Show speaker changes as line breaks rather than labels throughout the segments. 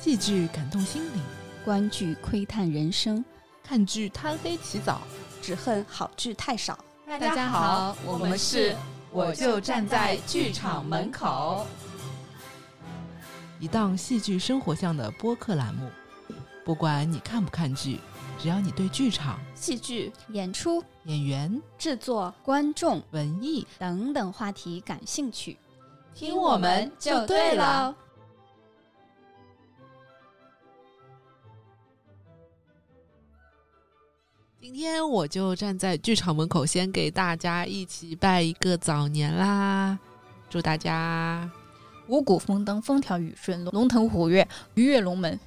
戏剧感动心灵，
观剧窥探人生，
看剧贪黑起早。
只恨好剧太少。
大
大家好，我们是我就站在剧场门口。
一档戏剧生活向的播客栏目，不管你看不看剧，只要你对剧场、
戏剧、
演出、
演员、
制作、
观众
文艺
等等话题感兴趣，
听我们就对了。
今天我就站在剧场门口，先给大家一起拜一个早年啦！祝大家
五谷丰登，风调雨顺，龙腾虎跃，鱼跃龙门。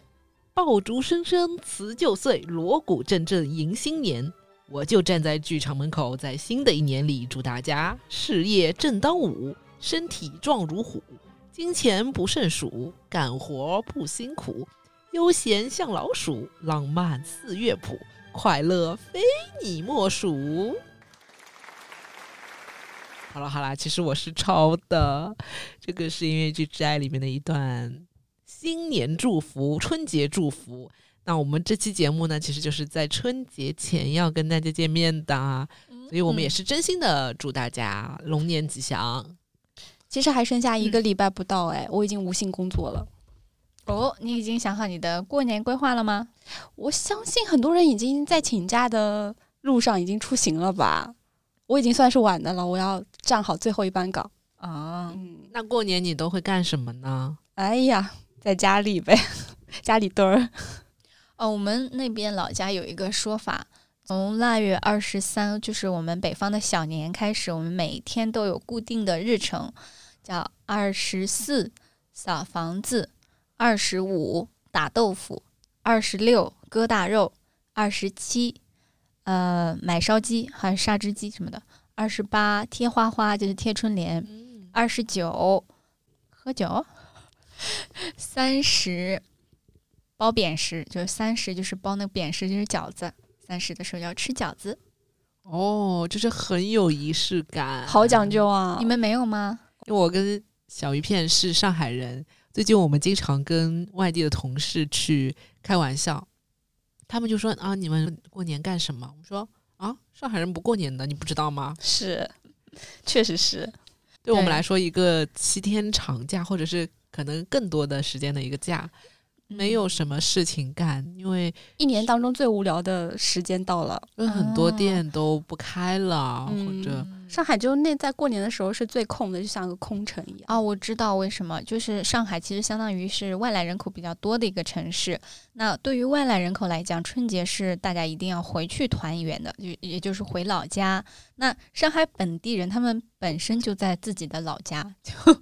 爆竹声声辞旧岁，锣鼓阵阵迎新年。我就站在剧场门口，在新的一年里祝大家事业正当午，身体壮如虎，金钱不胜数，干活不辛苦，悠闲像老鼠，浪漫似乐谱。快乐非你莫属。好了好啦，其实我是抄的，这个是音乐剧《挚爱》里面的一段新年祝福、春节祝福。那我们这期节目呢，其实就是在春节前要跟大家见面的，所以我们也是真心的祝大家龙年吉祥。
其实还剩下一个礼拜不到，哎，我已经无性工作了。
哦，你已经想好你的过年规划了吗？
我相信很多人已经在请假的路上已经出行了吧？我已经算是晚的了，我要站好最后一班岗。
啊、
哦
嗯，
那过年你都会干什么呢？
哎呀，在家里呗， 家里蹲儿。
哦，我们那边老家有一个说法，从腊月二十三，就是我们北方的小年开始，我们每天都有固定的日程，叫二十四扫房子，二十五打豆腐，二十六割大肉，二十七呃买烧鸡，还有杀只鸡什么的，二十八贴花花就是贴春联，二十九喝酒，三十包扁食，就是三十就是包那个扁食就是饺子，三十的时候要吃饺子。
哦，就是很有仪式感，
好讲究 啊！
你们没有吗？
因为我跟小鱼片是上海人，最近我们经常跟外地的同事去开玩笑，他们就说啊，你们过年干什么？我们说啊，上海人不过年的，你不知道吗？
是，确实是。
对我们
对
来说，一个七天长假，或者是可能更多的时间的一个假，没
嗯
有什么事情干，因为
一年当中最无聊的时间到了，
因为很多
哦
店都不开了，或者
嗯
上海就那在过年的时候是最空的，就像个空城一样。
哦，我知道为什么，就是上海其实相当于是外来人口比较多的一个城市。那对于外来人口来讲，春节是大家一定要回去团圆的，就也就是回老家。那上海本地人他们本身就在自己的老家，就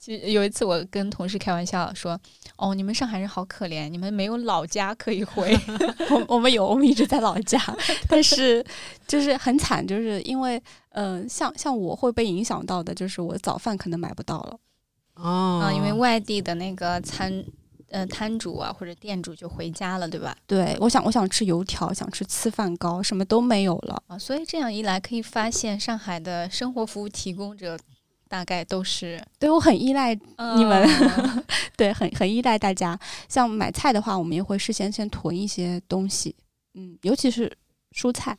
就有一次我跟同事开玩笑说：“哦，你们上海人好可怜，你们没有老家可以回。
我 我们有，我们一直在老家，但是就是很惨，就是因为呃，像像我会被影响到的，就是我早饭可能买不到了。
哦，
啊，因为外地的那个餐呃摊主啊或者店主就回家了，对吧？
对，我想我想吃油条，想吃粢饭糕，什么都没有了。
啊，所以这样一来，可以发现上海的生活服务提供者大概都是、
对我很依赖，你们
呃
对，很很依赖大家。像买菜的话，我们也会事先先囤一些东西，嗯，尤其是蔬菜，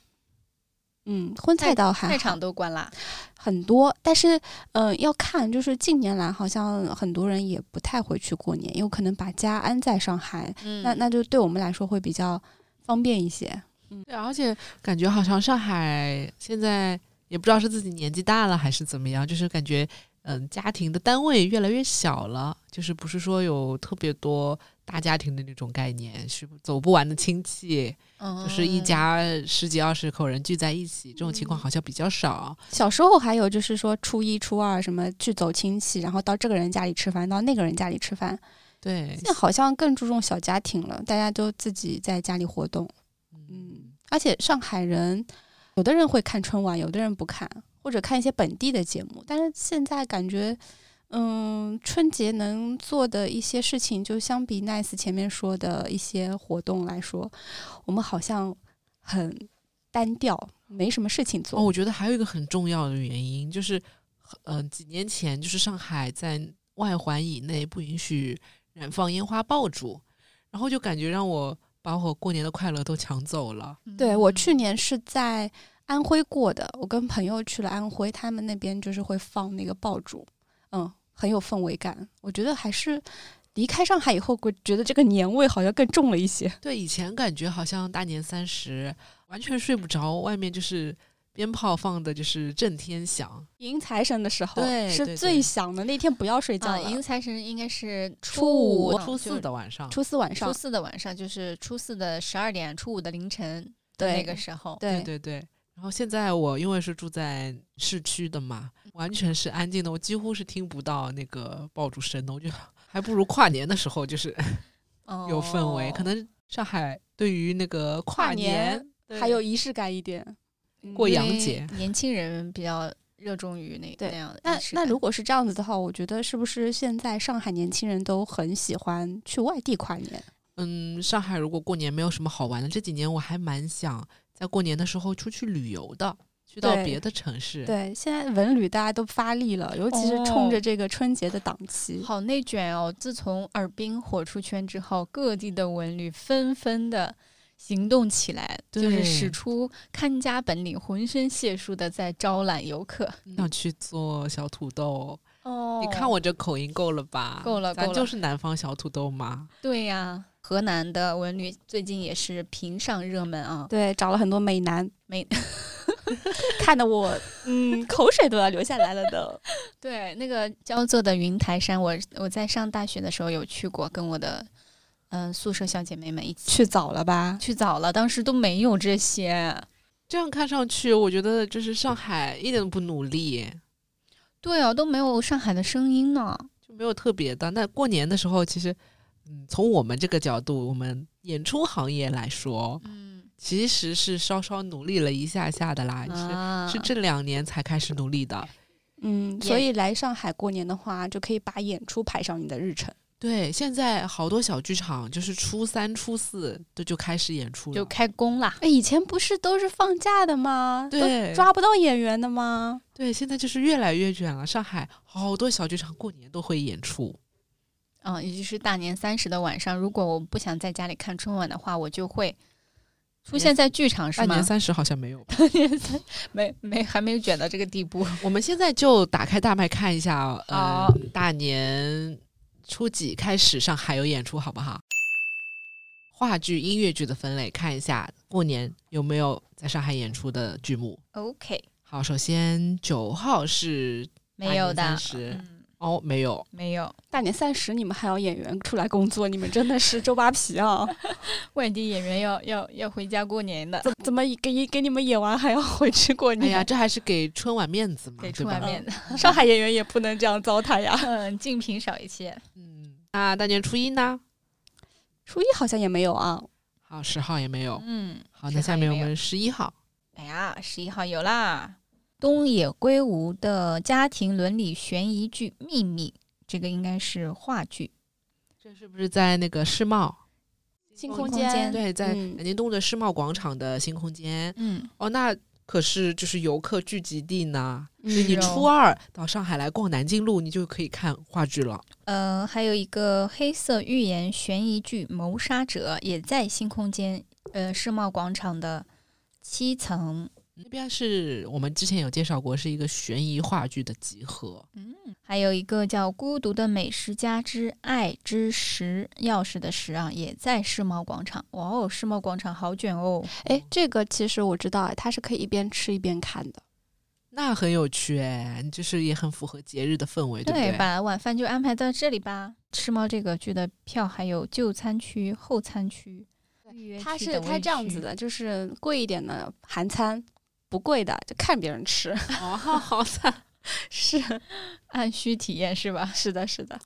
嗯，荤菜倒还
菜
好。
场都关啦。
很多，但是呃，要看就是近年来好像很多人也不太回去过年，有可能把家安在上海，
嗯
那那就对我们来说会比较方便一些。
对，而且感觉好像上海现在也不知道是自己年纪大了还是怎么样，就是感觉嗯、家庭的单位越来越小了，就是不是说有特别多大家庭的那种概念，是走不完的亲戚，
嗯
就是一家十几二十口人聚在一起，这种情
嗯
况好像比较少。
小时候还有就是说初一、初二什么去走亲戚，然后到这个人家里吃饭，到那个人家里吃饭，
对
现，在好像更注重小家庭了，大家都自己在家里活动。嗯，而且上海人有的人会看春晚，有的人不看，或者看一些本地的节目。但是现在感觉，嗯，春节能做的一些事情，就相比 Nice 前面说的一些活动来说，我们好像很单调，没什么事情做。
哦，我觉得还有一个很重要的原因呃就是，嗯、几年前就是上海在外环以内不允许燃放烟花爆竹，然后就感觉让我把我过年的快乐都抢走了。
嗯
对我去年是在安徽过的，我跟朋友去了安徽，他们那边就是会放那个爆竹，嗯，很有氛围感。我觉得还是离开上海以后，我觉得这个年味好像更重了一些。
对，以前感觉好像大年三十完全睡不着，外面就是鞭炮放的就是震天响。
迎财神的时候
对对
是
对
最响的，那天不要睡觉
啊，
了。
迎财神应该是
初
五
五、
嗯
初
就
四
是
的晚上，
初四晚
初
上，
四的晚上，就是初四的十二点，初五的凌晨的
对
那个时候，
对
对对。然后现在我因为是住在市区的嘛，
嗯
完全是安静的，我几乎是听不到那个爆竹声的。我觉得 还不如跨年的时候就是
哦
有氛围。可能上海对于那个跨
跨年
对
还有仪式感一点。嗯
过
因
洋
为
节
年轻人比较热衷于那
对
那样的
那
仪式
那
感
如果是这样子的话，我觉得是不是现在上海年轻人都很喜欢去外地跨年？
嗯，上海如果过年没有什么好玩的，这几年我还蛮想在过年的时候出去旅游的，去到
对
别的城市。
对，现在文旅大家都发力了，尤其是冲
哦
着这个春节的档期。
好内卷哦！自从尔滨火出圈之后，各地的文旅纷纷的行动起来，就是
对
使出看家本领，浑身解数的在招揽游客。
想去做小土豆，
哦
你看我这口音够了吧？
够了够
咱
了
就是南方小土豆嘛。
对呀、河南的文旅最近也是频上热门啊。
对，找了很多美男，
美
看得我嗯 口水都要流下来了都。
对，那个焦作的云台山，我我在上大学的时候有去过，跟我的嗯、呃宿舍小姐妹们一起
去早了吧？
去早了，当时都没有这些。
这样看上去，我觉得就是上海一点都不努力，
对哦，都没有上海的声音呢。
就没有特别的。那过年的时候，其实，嗯，从我们这个角度，我们演出行业来说，
嗯，
其实是稍稍努力了一下下的啦，
啊
是是这两年才开始努力的。
嗯，所
也
以来上海过年的话，就可以把演出排上你的日程。
对，现在好多小剧场就是初三、初四都就开始演出了，
就开工啦。
哎，以前不是都是放假的吗？都
对
抓不到演员的吗？
对，现在就是越来越卷了。上海好多小剧场过年都会演出，
嗯，也就是大年三十的晚上，如果我不想在家里看春晚的话，我就会出现在剧场，是
大
吗
年？三十好像没有吧。
大年三没没还没有卷到这个地步。
我们现在就打开大麦看一下，呃，
哦
大年初几开始上海有演出，好不好？话剧、音乐剧的分类，看一下过年有没有在上海演出的剧目。
OK，
好，首先九号是
没有
大年
的，
30
嗯，
哦，没 有，
没有
大年三十你们还要演员出来工作，你们真的是周扒皮啊！
外地演员要要要回家过年的，
怎怎么给给你们演完还要回去过
哎
年？
呀，这还是给春晚面子嘛，
给
对
春
吧？
晚面的，
上海演员也不能这样糟蹋呀。
嗯，竞品少一些。
嗯，那大年初一呢？
初一好像也没有啊，
好，十号也没有。
嗯，
好，那
10号
下
也
面我
没有
们十一号，
哎呀，十一号有啦，东野圭吾的家庭伦理悬疑剧《秘密》，这个应该是话剧。
这是不是在那个世贸？
嗯
新
空间间
对，在
嗯
南京东路的世贸广场的新空间。
嗯，
哦，那可是就是游客聚集地呢。所以
嗯
你
是哦
初二到上海来逛南京路，你就可以看话剧了。
呃，还有一个黑色寓言悬疑剧《谋杀者》也在新空间，呃，世贸广场的七层。
那边是我们之前有介绍过，是一个悬疑话剧的集合。
还有一个叫《孤独的美食家之爱之石》，钥匙的石啊，也在世贸广场。哇哦，世贸广场好卷哦！
哎，这个其实我知道，哎，它是可以一边吃一边看的。
那很有趣哎，就是也很符合节日的氛围，对不对？
把晚饭就安排到这里吧。世贸这个剧的票还有就餐区、后餐区。预约
它
区
是
等
它
位
这样
区
子，的，就是贵一点的韩餐，不贵的就看别人吃。
哦，好惨。
是
按需体验是吧？
是的，是的。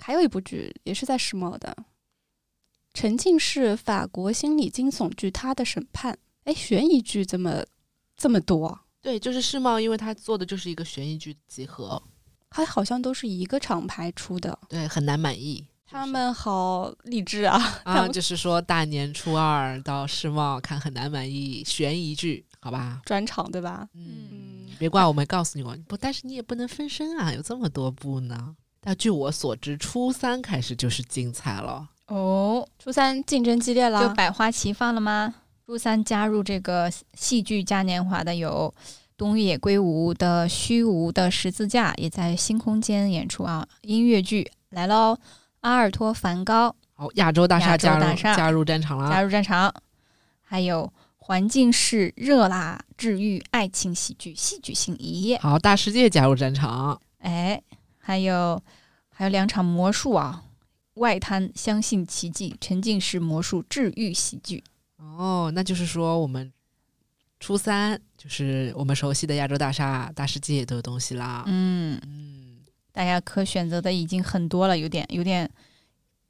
还有一部剧也是在世贸的，沉浸式法国心理惊悚剧《他的审判》。哎，悬疑剧怎么这么多？啊
对，就是世贸，因为它做的就是一个悬疑剧集合，
还好像都是一个厂牌出的。
对，很难满意。
他
就是
们好励志啊！ 他
啊，
们
就是说大年初二到世贸看很难满意悬疑剧，好吧？
专场对吧？
嗯，
嗯
别怪我没告诉你过，不，但是你也不能分身啊，有这么多部呢。但据我所知，初三开始就是竞猜了。
哦，
初三竞争激烈
就
了，
百花齐放了吗？初三加入这个戏剧嘉年华的有东野圭吾的《虚无的十字架》，也在新空间演出啊。音乐剧来喽，阿尔托·梵高
好，亚洲大厦
亚洲
加入
大厦
加入战场
加
啦！
入战场，还有环境式热辣治愈爱情喜剧《戏剧性一夜》。
好，大世界加入战场。
哎，还有还有两场魔术啊，外滩相信奇迹，沉浸式魔术治愈喜剧。
哦，那就是说我们初三就是我们熟悉的亚洲大厦、大世界都有东西啦。
嗯，
嗯，
大家可选择的已经很多了，有点有点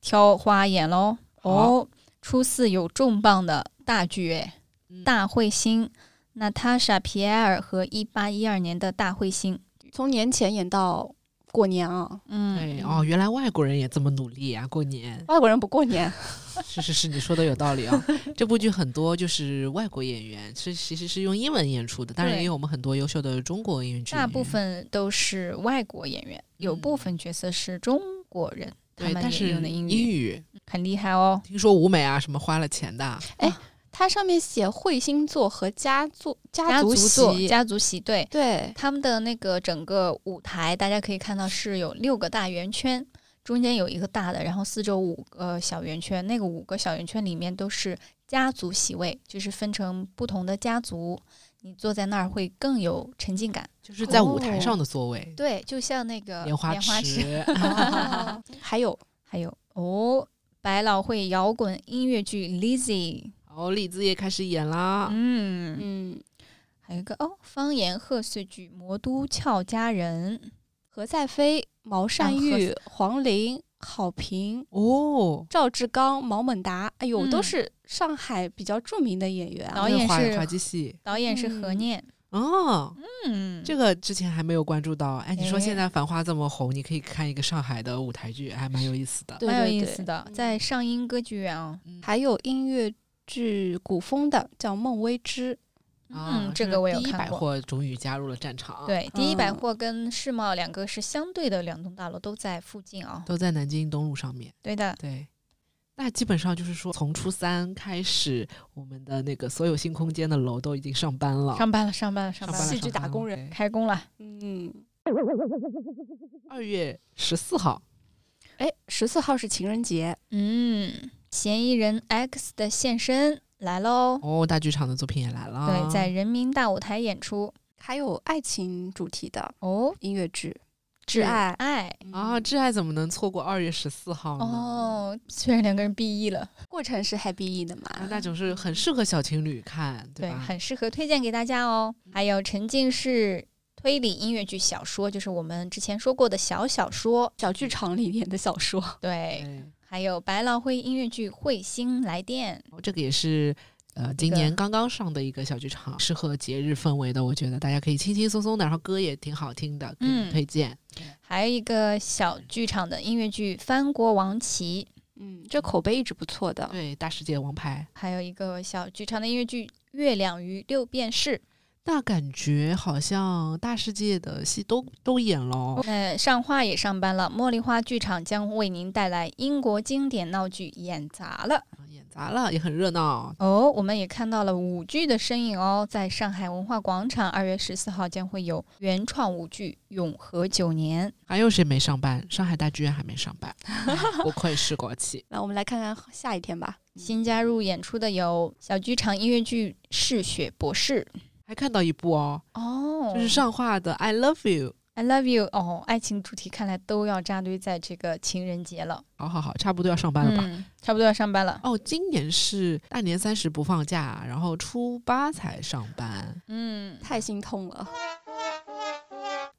挑花眼喽。哦，初四有重磅的大剧哎，
嗯
大彗星，娜塔莎·皮埃尔和一八一二年的大彗星。
从年前演到过年啊，
嗯，
哎哦，原来外国人也这么努力啊！过年
外国人不过年，
是是是，你说的有道理啊。这部剧很多就是外国演员是其实是用英文演出的，当然
对
也有我们很多优秀的中国演员剧演
大
员。
部分都是外国演员，有部分角色是中国人，他
对，
们
但
也
是
用的英语
英语
很厉害哦。
听说舞美啊什么花了钱的，
它上面写彗星座和家座
家
族
族座
席，
家族席对
对，
他们的那个整个舞台，大家可以看到是有六个大圆圈，中间有一个大的，然后四周五个小圆圈，那个五个小圆圈里面都是家族席位，就是分成不同的家族，你坐在那儿会更有沉浸感。
就是在舞台上的座位，
对，就像那个
莲嗯花
哦呃莲花池，
池。
还有
还有哦，百老汇摇滚音乐剧 Lizzy，
哦，李子也开始演啦。
嗯
嗯，
还有一个哦，方言贺岁剧《魔都俏佳人》。
何赛飞、毛善玉、黄龄、郝平、
哦，
赵志刚、毛猛达，哎呦，
嗯
都是上海比较著名的演员啊。
导演
华
是
滑稽戏
导演是何
嗯
念，
哦，
嗯，
这个之前还没有关注到。哎，你说
哎
现在《繁花》这么红，你可以看一个上海的舞台剧，还蛮有意思的。
对
蛮有
对
意
对
思的，
嗯
在上音歌剧院啊，
嗯
还有音乐剧古风的叫《孟薇之》，
啊
嗯，这
是
个我有
第一
看
百
过
货终于加入了战场，，
对，第一百
嗯
货跟世贸两个是相对的两栋大楼，都在附近啊、
都在南京东路上面。
对的，
对，那基本上就是说，从初三开始，我们的那个所有新空间的楼都已经上班了，
上班了，上班了，上
啊上班
班
了
了，
戏剧打工人。
上班了
开工了。
嗯，
对二月十四号，
哎，十四号是情人节，
嗯，嫌疑人 X 的现身来喽，
哦，大剧场的作品也来了，啊
对，在人民大舞台演出
还有爱情主题的
哦，
音乐剧《
挚
挚爱》
爱
啊，
嗯
挚爱怎么能错过二月十四号呢？
哦，虽然两个人 BE 了，
过程是 Happy E 的
啊，
嘛？
那种是很适合小情侣看，
对，
吧？
很适合推荐给大家哦。还有沉浸式推理音乐剧小说，就是我们之前说过的小小说，
小剧场里面的小说，
对，
对，
还有百老汇音乐剧《彗星来电》，
哦这个也是。呃，今
个
年刚刚上的一个小剧场，适合节日氛围的，我觉得大家可以轻轻松松的，然后歌也挺好听的，可以
嗯
推荐。
还有一个小剧场的音乐剧《翻国王旗》，
嗯，这口碑一直不错的。
对，大世界王牌，
还有一个小剧场的音乐剧《月亮与六便士
那感觉好像大世界的戏都都演了哦》。。
那上画也上班了，茉莉花剧场将为您带来英国经典闹剧《演砸了》。
演砸了，也很热闹。
哦，我们也看到了舞剧的身影哦，在上海文化广场，二月十四号将会有原创舞剧《永和九年》。
还有谁没上班？上海大剧院还没上 班，不愧是国企。
那我们来看看下一天吧。
新加入演出的有小剧场音乐剧《嗜血博士》
还看到一部哦，
哦，
就是上画的《I Love You》。
I love you 哦，爱情主题看来都要扎堆在这个情人节了，
哦好好好，差不多要上班了吧？
嗯，差不多要上班了，
哦，今年是大年三十不放假，然后初八才上班。
嗯
太心痛了。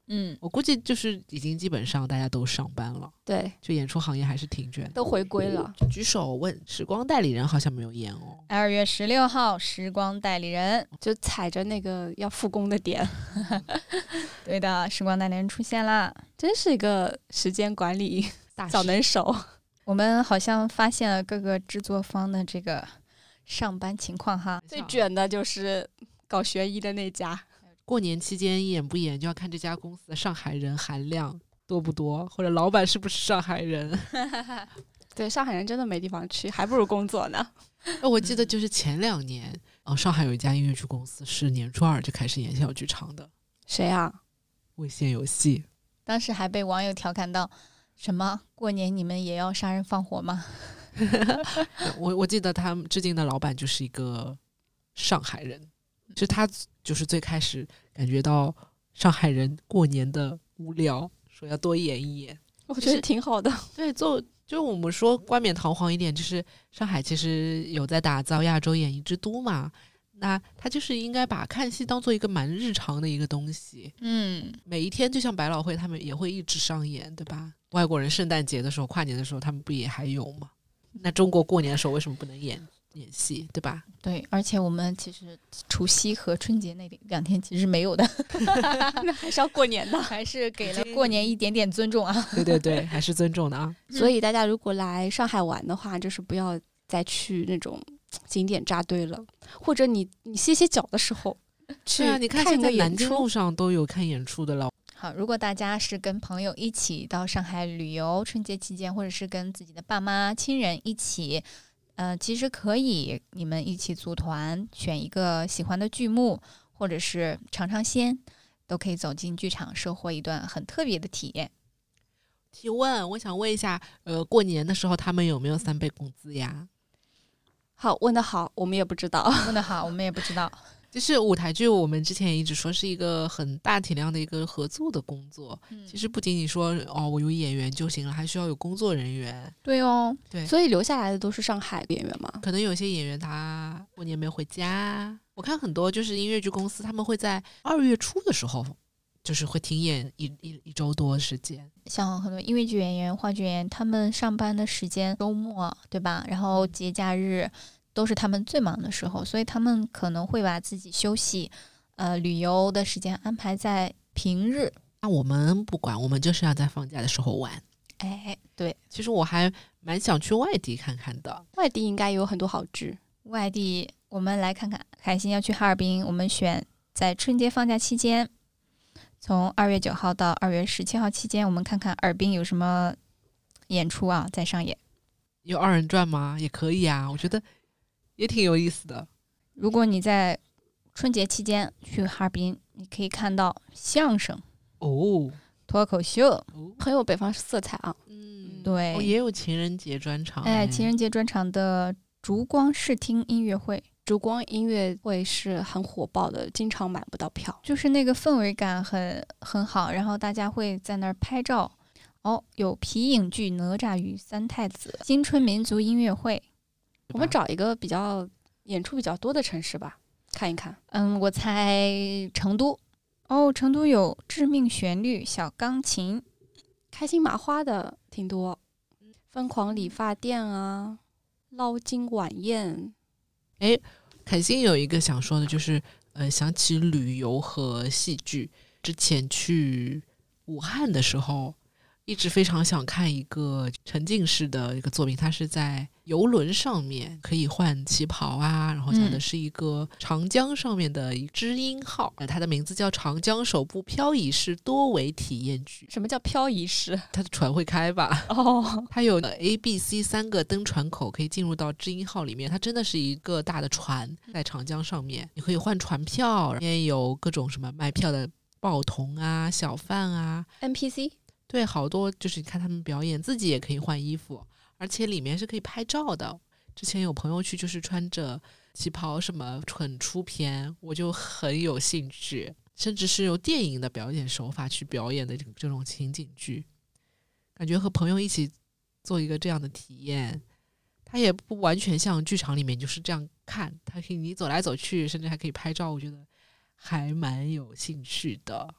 嗯，
我估计就是已经基本上大家都上班了，
对，
就演出行业还是挺卷的。
都回归了。
举手问，时光代理人好像没有演哦。
二月十六号，时光代理人，
就踩着那个要复工的 点，
对的，时光代理人出现啦。
真是一个时间管理
大
小
师
能手。
我们好像发现了各个制作方的这个上班情况哈，
最卷的就是搞学医的那家，
过年期间演不演就要看这家公司的上海人含量多不多，或者老板是不是上海人？
对，上海人真的没地方去，还不如工作呢。
我记得就是前两年，哦，上海有一家音乐剧公司是年初二就开始演小剧场的，
谁啊？
魏县有戏。
当时还被网友调侃到：“什么过年你们也要杀人放火吗
我我记得他们致敬的老板就是一个上海人，就他就是最开始感觉到上海人过年的无聊，说要多演一演。
我觉得挺 好的。
对，就就我们说冠冕堂皇一点，就是上海其实有在打造亚洲演艺之都嘛。那他就是应该把看戏当做一个蛮日常的一个东西，？”
嗯，
每一天就像百老汇他们也会一直上演，对吧？外国人圣诞节的时候、跨年的时候，他们不也还有吗？那中国过年的时候为什么不能演演戏，对吧？
对，而且我们其实除夕和春节那两天其实没有的，
那还是要过年的。
还是给了 过年一点点尊重啊。
对对对，还是尊重的 啊。
所以大家如果来上海玩的话，就是不要再去那种景点扎堆了，或者你你歇歇脚的 时候去
对啊，你看现
个
在南
演
京路
出。
上都有看演出的了。
好，如果大家是跟朋友一起到上海旅游，春节期间，或者是跟自己的爸妈、亲人一起，呃，其实可以你们一起组团，选一个喜欢的剧目，或者是尝尝鲜，都可以走进剧场，收获一段很特别的体验。
提问，我想问一下，呃，过年的时候他们有没有三倍工资呀？
好，问的好，我们也不知道。
问的好，我们也不知道。
就是舞台剧，我们之前也一直说是一个很大体量的一个合作的工作。
嗯
其实不仅仅说哦，我有演员就行了，还需要有工作人员。
对哦，
对
所以留下来的都是上海的演员嘛。
可能有些演员他过年没回家，我看很多就是音乐剧公司，他们会在二月初的时候，就是会停演一一一周多时间。
像很多音乐剧演员、话剧演员，他们上班的时间周末对吧？然后节假日都是他们最忙的时候，所以他们可能会把自己休息、呃旅游的时间安排在平日。
那我们不管，我们就是要在放假的时候玩。
哎，对
其实我还蛮想去外地看看的。
外地应该有很多好剧。
外地，我们来看看海星要去哈尔滨，我们选在春节放假期间，从二月九号到二月十七号期间，我们看看哈尔滨有什么演出啊在上演。
有二人转吗？也可以啊，我觉得也挺有意思的。
如果你在春节期间去哈尔滨，你可以看到相声、
哦，
脱口秀，
哦
很有北方色彩啊！
嗯，
对
哦也有情人节专场。
哎，情人节专场的烛光视听音乐会，
烛光音乐会是很火爆的，经常买不到票。
就是那个氛围感很很好，然后大家会在那儿拍照。哦，有皮影剧《哪吒与三太子》、新春民族音乐会。
对吧
我们找一个比较演出比较多的城市吧，看一看。
嗯，我猜成都。哦，成都有致命旋律、小钢琴、
开心麻花的挺多，疯狂理发店啊，捞金晚宴，
凯欣有一个想说的，就是呃，想起旅游和戏剧。之前去武汉的时候，一直非常想看一个沉浸式的一个作品，它是在游轮上面可以换旗袍啊，然后讲的
嗯
是一个长江上面的一只鹰号，呃它的名字叫长江首部漂移式多维体验剧，
什么叫漂移式？
它的船会开吧？
哦，
它有 A、B、C 三个登船口可以进入到知音号里面，它真的是一个大的船在长江上面，你可以换船票，里面有各种什么卖票的报童啊、小贩啊，
NPC
对，好多就是你看他们表演，自己也可以换衣服，而且里面是可以拍照的。之前有朋友去，就是穿着旗袍什么很出片，我就很有兴趣，甚至是有电影的表演手法去表演的这这种情景剧，感觉和朋友一起做一个这样的体验，它也不完全像剧场里面就是这样看，它可以你走来走去，甚至还可以拍照，我觉得还蛮有兴趣的。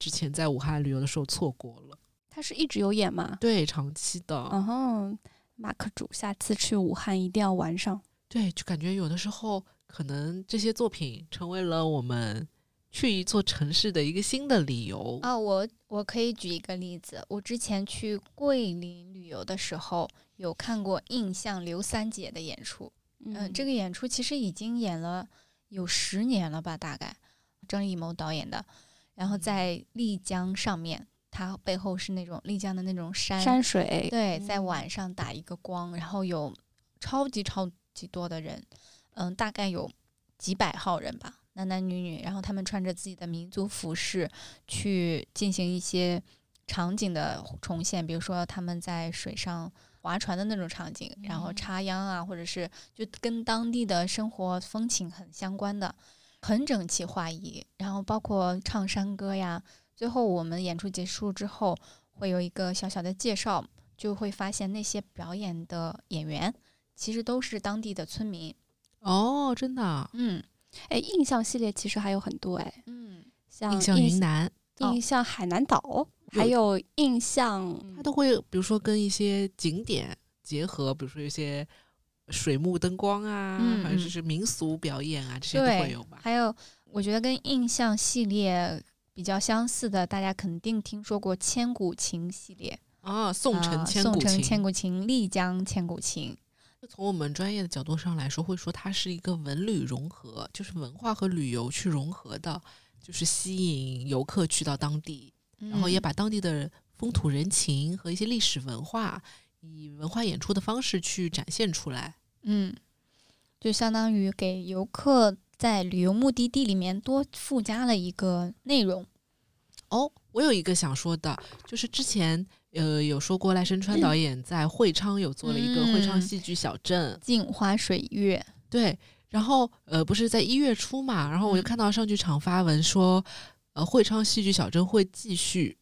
之前在武汉旅游的时候错过了。
它是一直有演吗？
对，长期的，
嗯哼，马克主，下次去武汉一定要玩上。
对，就感觉有的时候可能这些作品成为了我们去一座城市的一个新的理由。
啊，我我可以举一个例子，我之前去桂林旅游的时候，有看过印象刘三姐的演出。
嗯
嗯、这个演出其实已经演了有十年了吧，大概张艺谋导演的，然后在丽江上面它背后是那种丽江的那种山，
山水，
对，在晚上打一个光，然后有超级超级多的人，嗯，大概有几百号人吧，男男女女，然后他们穿着自己的民族服饰去进行一些场景的重现，比如说他们在水上划船的那种场景，然后插秧啊，或者是就跟当地的生活风情很相关的，很整齐划一，然后包括唱山歌呀。最后我们演出结束之后，会有一个小小的介绍，就会发现那些表演的演员其实都是当地的村民。
哦，真的啊，
嗯
哎，印象系列其实还有很多哎，
嗯，
像
印象云、南，
哦
印象海南岛，还有嗯印象
它都会比如说跟一些景点结合，比如说一些水幕灯光啊，
嗯
还有
嗯
就是民俗表演啊，这些都会
对
有，吧？
还有我觉得跟印象系列比较相似的，大家肯定听说过千古情系列，
啊，宋城
啊
千
宋
古
城千
情，
古情，丽江千古情，
从我们专业的角度上来说，会说它是一个文旅融合，就是文化和旅游去融合的，就是吸引游客去到当地，然后也
嗯
把当地的风土人情和一些历史文化，以文化演出的方式去展现出来。
嗯，就相当于给游客在旅游目的地里面多附加了一个内容。
哦，我有一个想说的，就是之前呃有说过赖声川导演在会昌有做了一个会昌
嗯
戏剧小镇，
镜花水月，
对，然后呃不是在一月初嘛，然后我就
嗯
看到上剧场发文说，呃会昌戏剧小镇会继续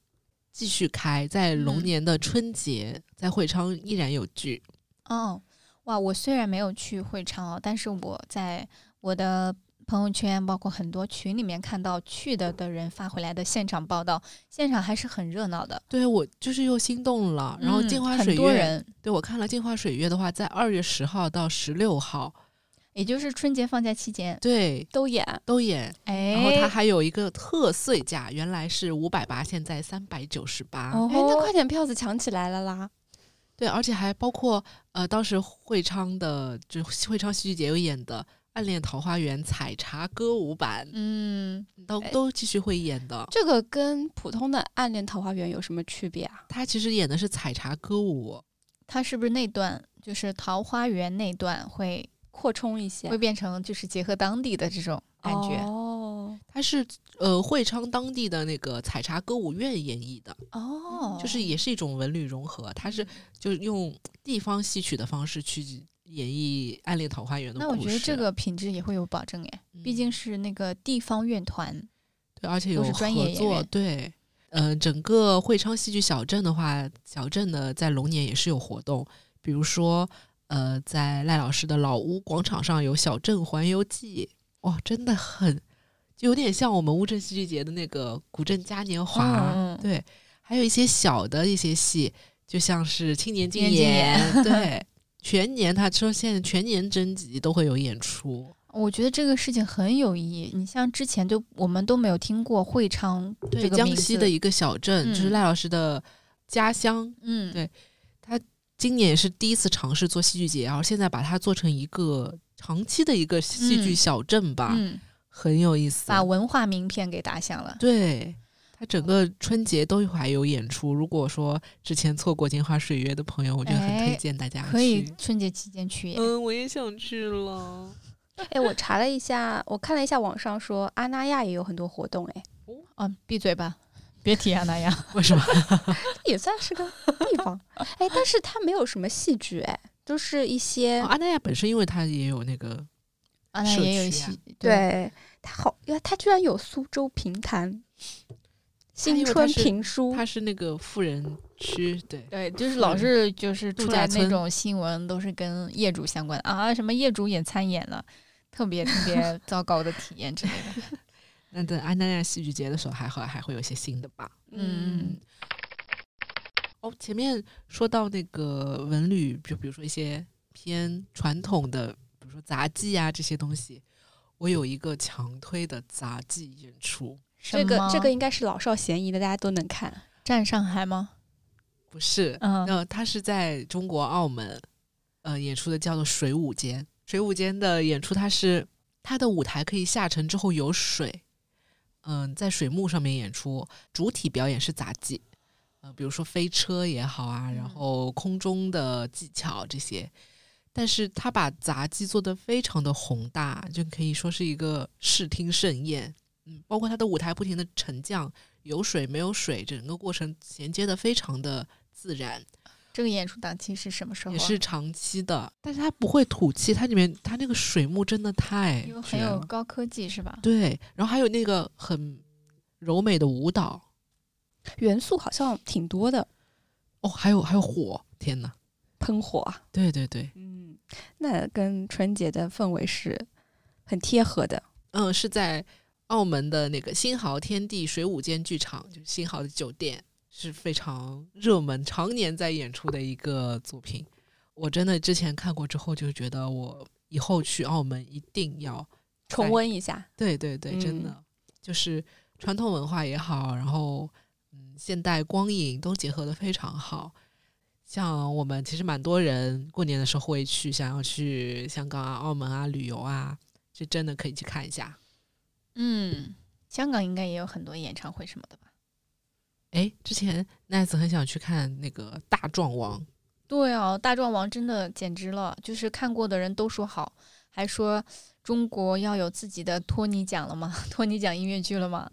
继续开，在龙
嗯
年的春节、在会昌依然有剧，
哦，哇！我虽然没有去会场哦，但是我在我的朋友圈，包括很多群里面看到去的的人发回来的现场报道，现场还是很热闹的。
对我就是又心动了，啊然后
嗯
镜花水
很多
月，
人，
对我看了镜花水月的话，在二月十号到十六号，
也就是春节放假期间，
对
都演，
都演。
哎，
然后它还有一个特惠价，原来是五百八，现在三百九十八。
哦
哎，那快点票子抢起来了啦！
对，而且还包括呃，当时会昌的，就会昌戏剧节有演的《暗恋桃花源》采茶歌舞版，
嗯，
都
哎
都继续会演的。
这个跟普通的《暗恋桃花源》有什么区别啊？
他其实演的是采茶歌舞，
它是不是那段就是桃花源那段会
扩充一些
会变成就是结合当地的这种感觉？
哦
他是呃会昌当地的那个采茶歌舞院演绎的，
哦
就是也是一种文旅融合。他是就是用地方戏曲的方式去演绎《暗恋桃花源》的
那
故
我
事。
觉得这个品质也会有保证哎，毕竟
嗯
是那个地方院团。
对，而且有
都是专业
合
演
作。
员
对，嗯、整个会昌戏剧小镇的话，小镇呢在龙年也是有活动，比如说，呃，在赖老师的老屋广场上有小镇环游记，哇，真的很，就有点像我们乌镇戏剧节的那个古镇嘉年华。
嗯嗯
对，还有一些小的一些戏，就像是青年竞
青年
演，对。全年，他说现在全年征集都会有演出，
我觉得这个事情很有意义。你像之前就我们都没有听过会昌
对
这个
江
名
西
字
的一个小镇，就是
嗯
赖老师的家乡，
嗯，
对今年也是第一次尝试做戏剧节，然后现在把它做成一个长期的一个戏剧
嗯
小镇吧，
嗯，
很有意思。
把文化名片给打响了。
对，它整个春节都还有演出。如果说之前错过《镜花水月》的朋友，我觉得很
哎
推荐大家去。
可以春节期间去耶，
嗯，我也想去了。
哎，我查了一下，我看了一下网上说阿那亚也有很多活动，哎，
嗯、闭嘴吧，别提阿 那亚。
为什么？
也算是个地方，哎，但是它没有什么戏剧，哎，都是一些、
哦阿那亚本身因为它也有那个，
阿那亚
社
也有
区啊
戏，
对它好，呀，它居然有苏州评弹、
因
新
为它
春
是
评书，
它是那个富人区，对，
对，就是老是就是
度
出
假
来那
村
种新闻都是跟业主相关的啊，什么业主也参演了，特别特 别糟糕的体验之类的。
那等安那亚戏剧节的时候，还会还会有一些新的吧。
嗯，
哦，前面说到那个文旅，就比如说一些偏传统的，比如说杂技啊这些东西，我有一个强推的杂技演出，
这个这个
什么
应该是老少咸宜的，大家都能看。
站上海吗？
不是，
嗯，
呃，它是在中国澳门，呃，演出的叫做水舞间。水舞间的演出，它是它的舞台可以下沉之后有水，嗯、在水幕上面演出，主体表演是杂技，呃，比如说飞车也好啊，然
嗯
后空中的技巧这些。但是他把杂技做得非常的宏大，就可以说是一个视听盛宴。嗯，包括他的舞台不停的沉降，有水没有水，整个过程衔接的非常的自然。
这个演出档期是什么时候啊？
也是长期的，但是它不会吐气，它里面它那个水幕真的太
因为
绝
很有
了
高科技是吧？
对，然后还有那个很柔美的舞蹈
元素好像挺多的，
哦，还有还有火，天呐，
喷火啊，
对对对，
嗯，那跟春节的氛围是很贴合的。
嗯，是在澳门的那个新濠天地水舞间剧场，就是新濠的酒店，是非常热门、常年在演出的一个作品。我真的之前看过之后，就觉得我以后去澳门一定要
重
在
温一下，
对对对，真
嗯
的就是传统文化也好，然后嗯，现代光影都结合的非常好。像我们其实蛮多人过年的时候会去，想要去香港啊、澳门啊旅游啊，这真的可以去看一下。
嗯，香港应该也有很多演唱会什么的吧？
哎，之前 Nice 很想去看那个《大壮王》，
对哦，大壮王真的简直了，就是看过的人都说好，还说中国要有自己的托尼奖了吗？ 托尼奖音乐剧了吗？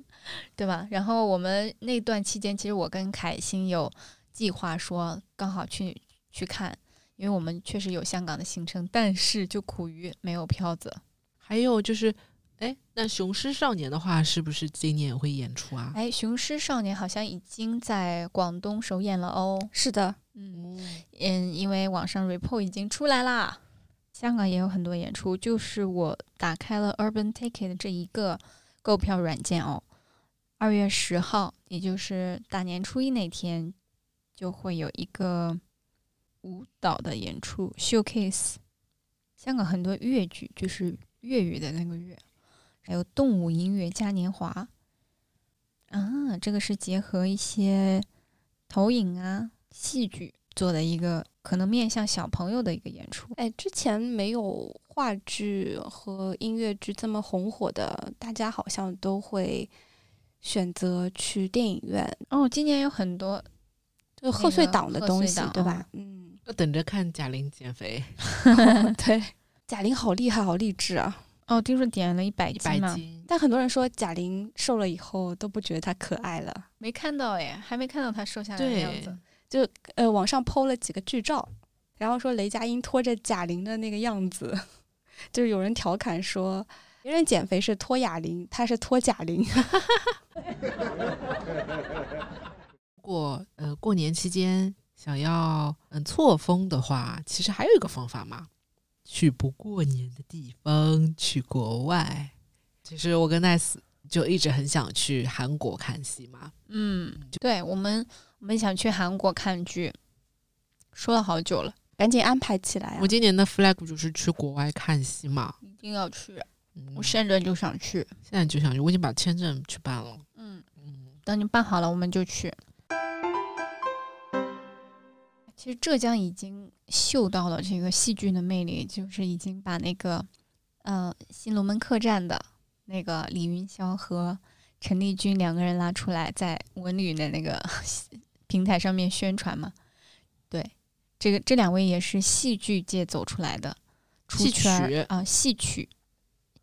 对吧？然后我们那段期间，其实我跟凯欣有计划说，刚好去去看，因为我们确实有香港的行程，但是就苦于没有票子。
还有就是，哎，那《雄狮少年》的话，是不是今年也会演出啊？
哎，《雄狮少年》好像已经在广东首演了哦。
是的，
嗯嗯，因为网上 report 已经出来啦，香港也有很多演出，就是我打开了 Urban Ticket 这一个购票软件哦。二月十号，也就是大年初一那天，就会有一个舞蹈的演出 showcase。香港很多粤剧，就是粤语的那个粤，还有动物音乐嘉年华啊，这个是结合一些投影啊、戏剧做的一个可能面向小朋友的一个演出。
哎，之前没有话剧和音乐剧这么红火的，大家好像都会选择去电影院，
哦，今年有很多，
就
那
贺岁
个
档的
贺
东
岁
西
档，啊
对吧？嗯，
要等着看贾玲减肥
对。贾玲好厉害，好励志啊！
哦，听说点了一百
一百
斤嘛，
斤，
但很多人说贾玲瘦了以后都不觉得她可爱了。
没看到哎，还没看到他瘦下来的样
对
子。
呃，网上 PO 了几个剧照，然后说雷佳音拖着贾玲的那个样子， 就是有人调侃说，别人减肥是拖哑铃，他是拖贾玲。
如果呃过年期间想要嗯错峰的话，其实还有一个方法嘛，去不过年的地方，去国外。其实我跟 Nice 就一直很想去韩国看戏嘛，
嗯，对我们我们想去韩国看剧，说了好久了，
赶紧安排起来啊
我！今年的 flag 就是去国外看戏嘛。
一定要去。
嗯
我现在就想去。
现在就想去，我已经把签证去办了。
嗯，
嗯，
等你办好了，我们就去。其实浙江已经嗅到了这个戏剧的魅力，就是已经把那个呃新龙门客栈的那个李云霄和陈丽君两个人拉出来，在文旅的那个 平台上面宣传嘛。对，这个这两位也是戏剧界走出来的，出
戏
圈
曲
儿啊、戏曲。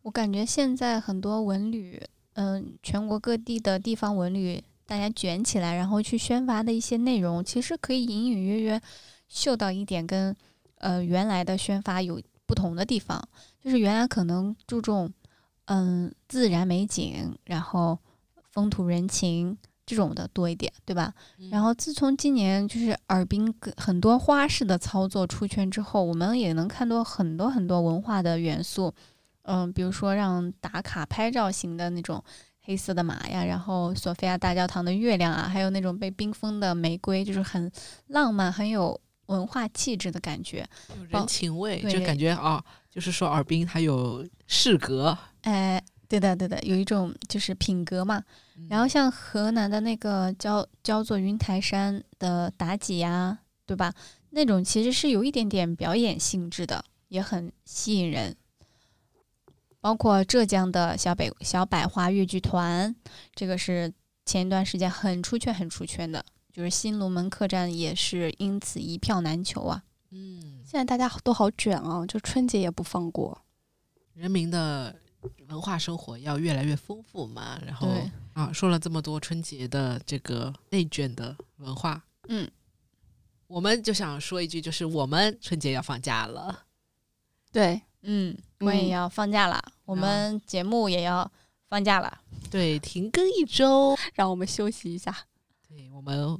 我感觉现在很多文旅嗯，全国各地的地方文旅大家卷起来，然后去宣发的一些内容，其实可以隐隐约约嗅到一点跟呃原来的宣发有不同的地方，就是原来可能注重嗯自然美景，然后风土人情这种的多一点，对吧？然后自从今年就是耳鬓跟很多花式的操作出圈之后，我们也能看到很多很多文化的元素，嗯、比如说让打卡拍照型的那种黑色的马呀，然后索菲亚大教堂的月亮啊，还有那种被冰封的玫瑰，就是很浪漫、很有文化气质的感觉。
有人
包
情味，
对
就感觉啊，就是说耳滨它有适格，
哎，对的，对的，有一种就是品格嘛。然后像河南的那个叫叫做云台山的妲己呀，对吧？那种其实是有一点点表演性质的，也很吸引人。包括浙江的小北小百花越剧团，这个是前一段时间很出圈、很出圈的，就是新龙门客栈也是因此一票难求啊。
嗯，
现在大家都好卷啊，就春节也不放过。
人民的文化生活要越来越丰富嘛。然后
对
啊，说了这么多春节的这个内卷的文化，
嗯，
我们就想说一句，就是我们春节要放假了，
对，
嗯，我也
嗯
要放假了，我们节目也要放假了。
对，停更一周，
让我们休息一下。
对，我们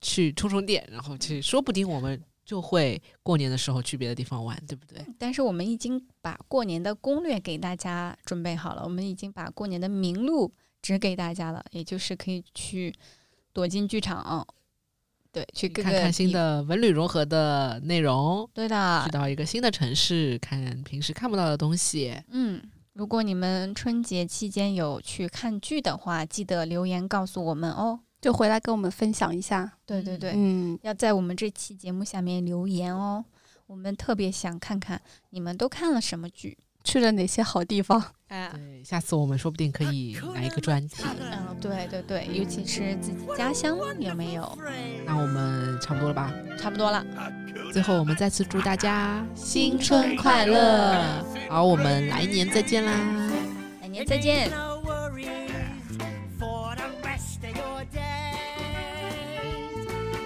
去充充电，然后去，说不定我们就会过年的时候去别的地方玩，对不对？
但是我们已经把过年的攻略给大家准备好了，我们已经把过年的名录指给大家了，也就是可以去躲进剧场，对，去各个
看看新
地，
的文旅融合的内容，
对的
去，到一个新的城市，看平时看不到的东西。
嗯。如果你们春节期间有去看剧的话，记得留言告诉我们哦。
就回来跟我们分享一下。
对对对，
嗯，
要在我们这期节目下面留言哦。我们特别想看看你们都看了什么剧。
去了哪些好地方？
哎
啊，
对，下次我们说不定可以来一个专题。
嗯，对对对，尤其是自己家乡有没有？
那我们差不多了吧？
差不多了，
最后我们再次祝大家新
春快乐，
好，我们来年再见啦。
来哎年再见。
No worries for the rest of your days.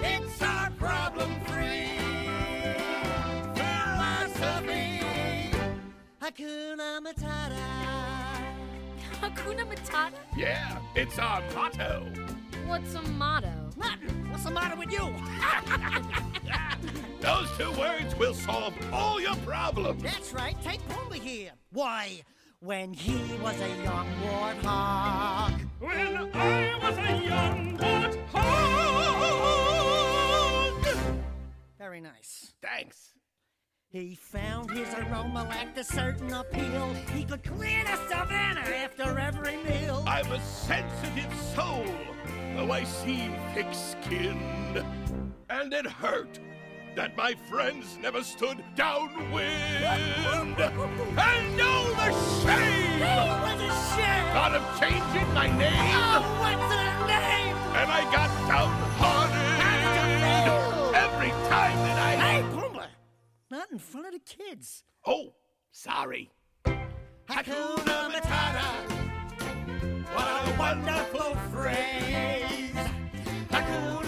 It's our problem free philosophy. Hakuna Matata.
Hakuna Matata?
Yeah, it's our motto.
What's a motto?
Martin, what's the matter with you?
Those two words will solve all your problems.
That's right, take over here. Why, when he was a young warthog.
When I was a young warthog.
Very nice.
Thanks.
He found his aroma lacked a certain appeal. He could clear the savannah after every meal.
I'm a sensitive soul, though I seem thick-skinned. And it hurt that my friends never stood downwind. and oh, the shame! Thought of changing my name.
Oh,
And I got downhearted every time that I.
Hey, Pumbaa! Not in front of the kids.
Oh, sorry. Hakuna Matata. What a wonderful phrase. Hakuna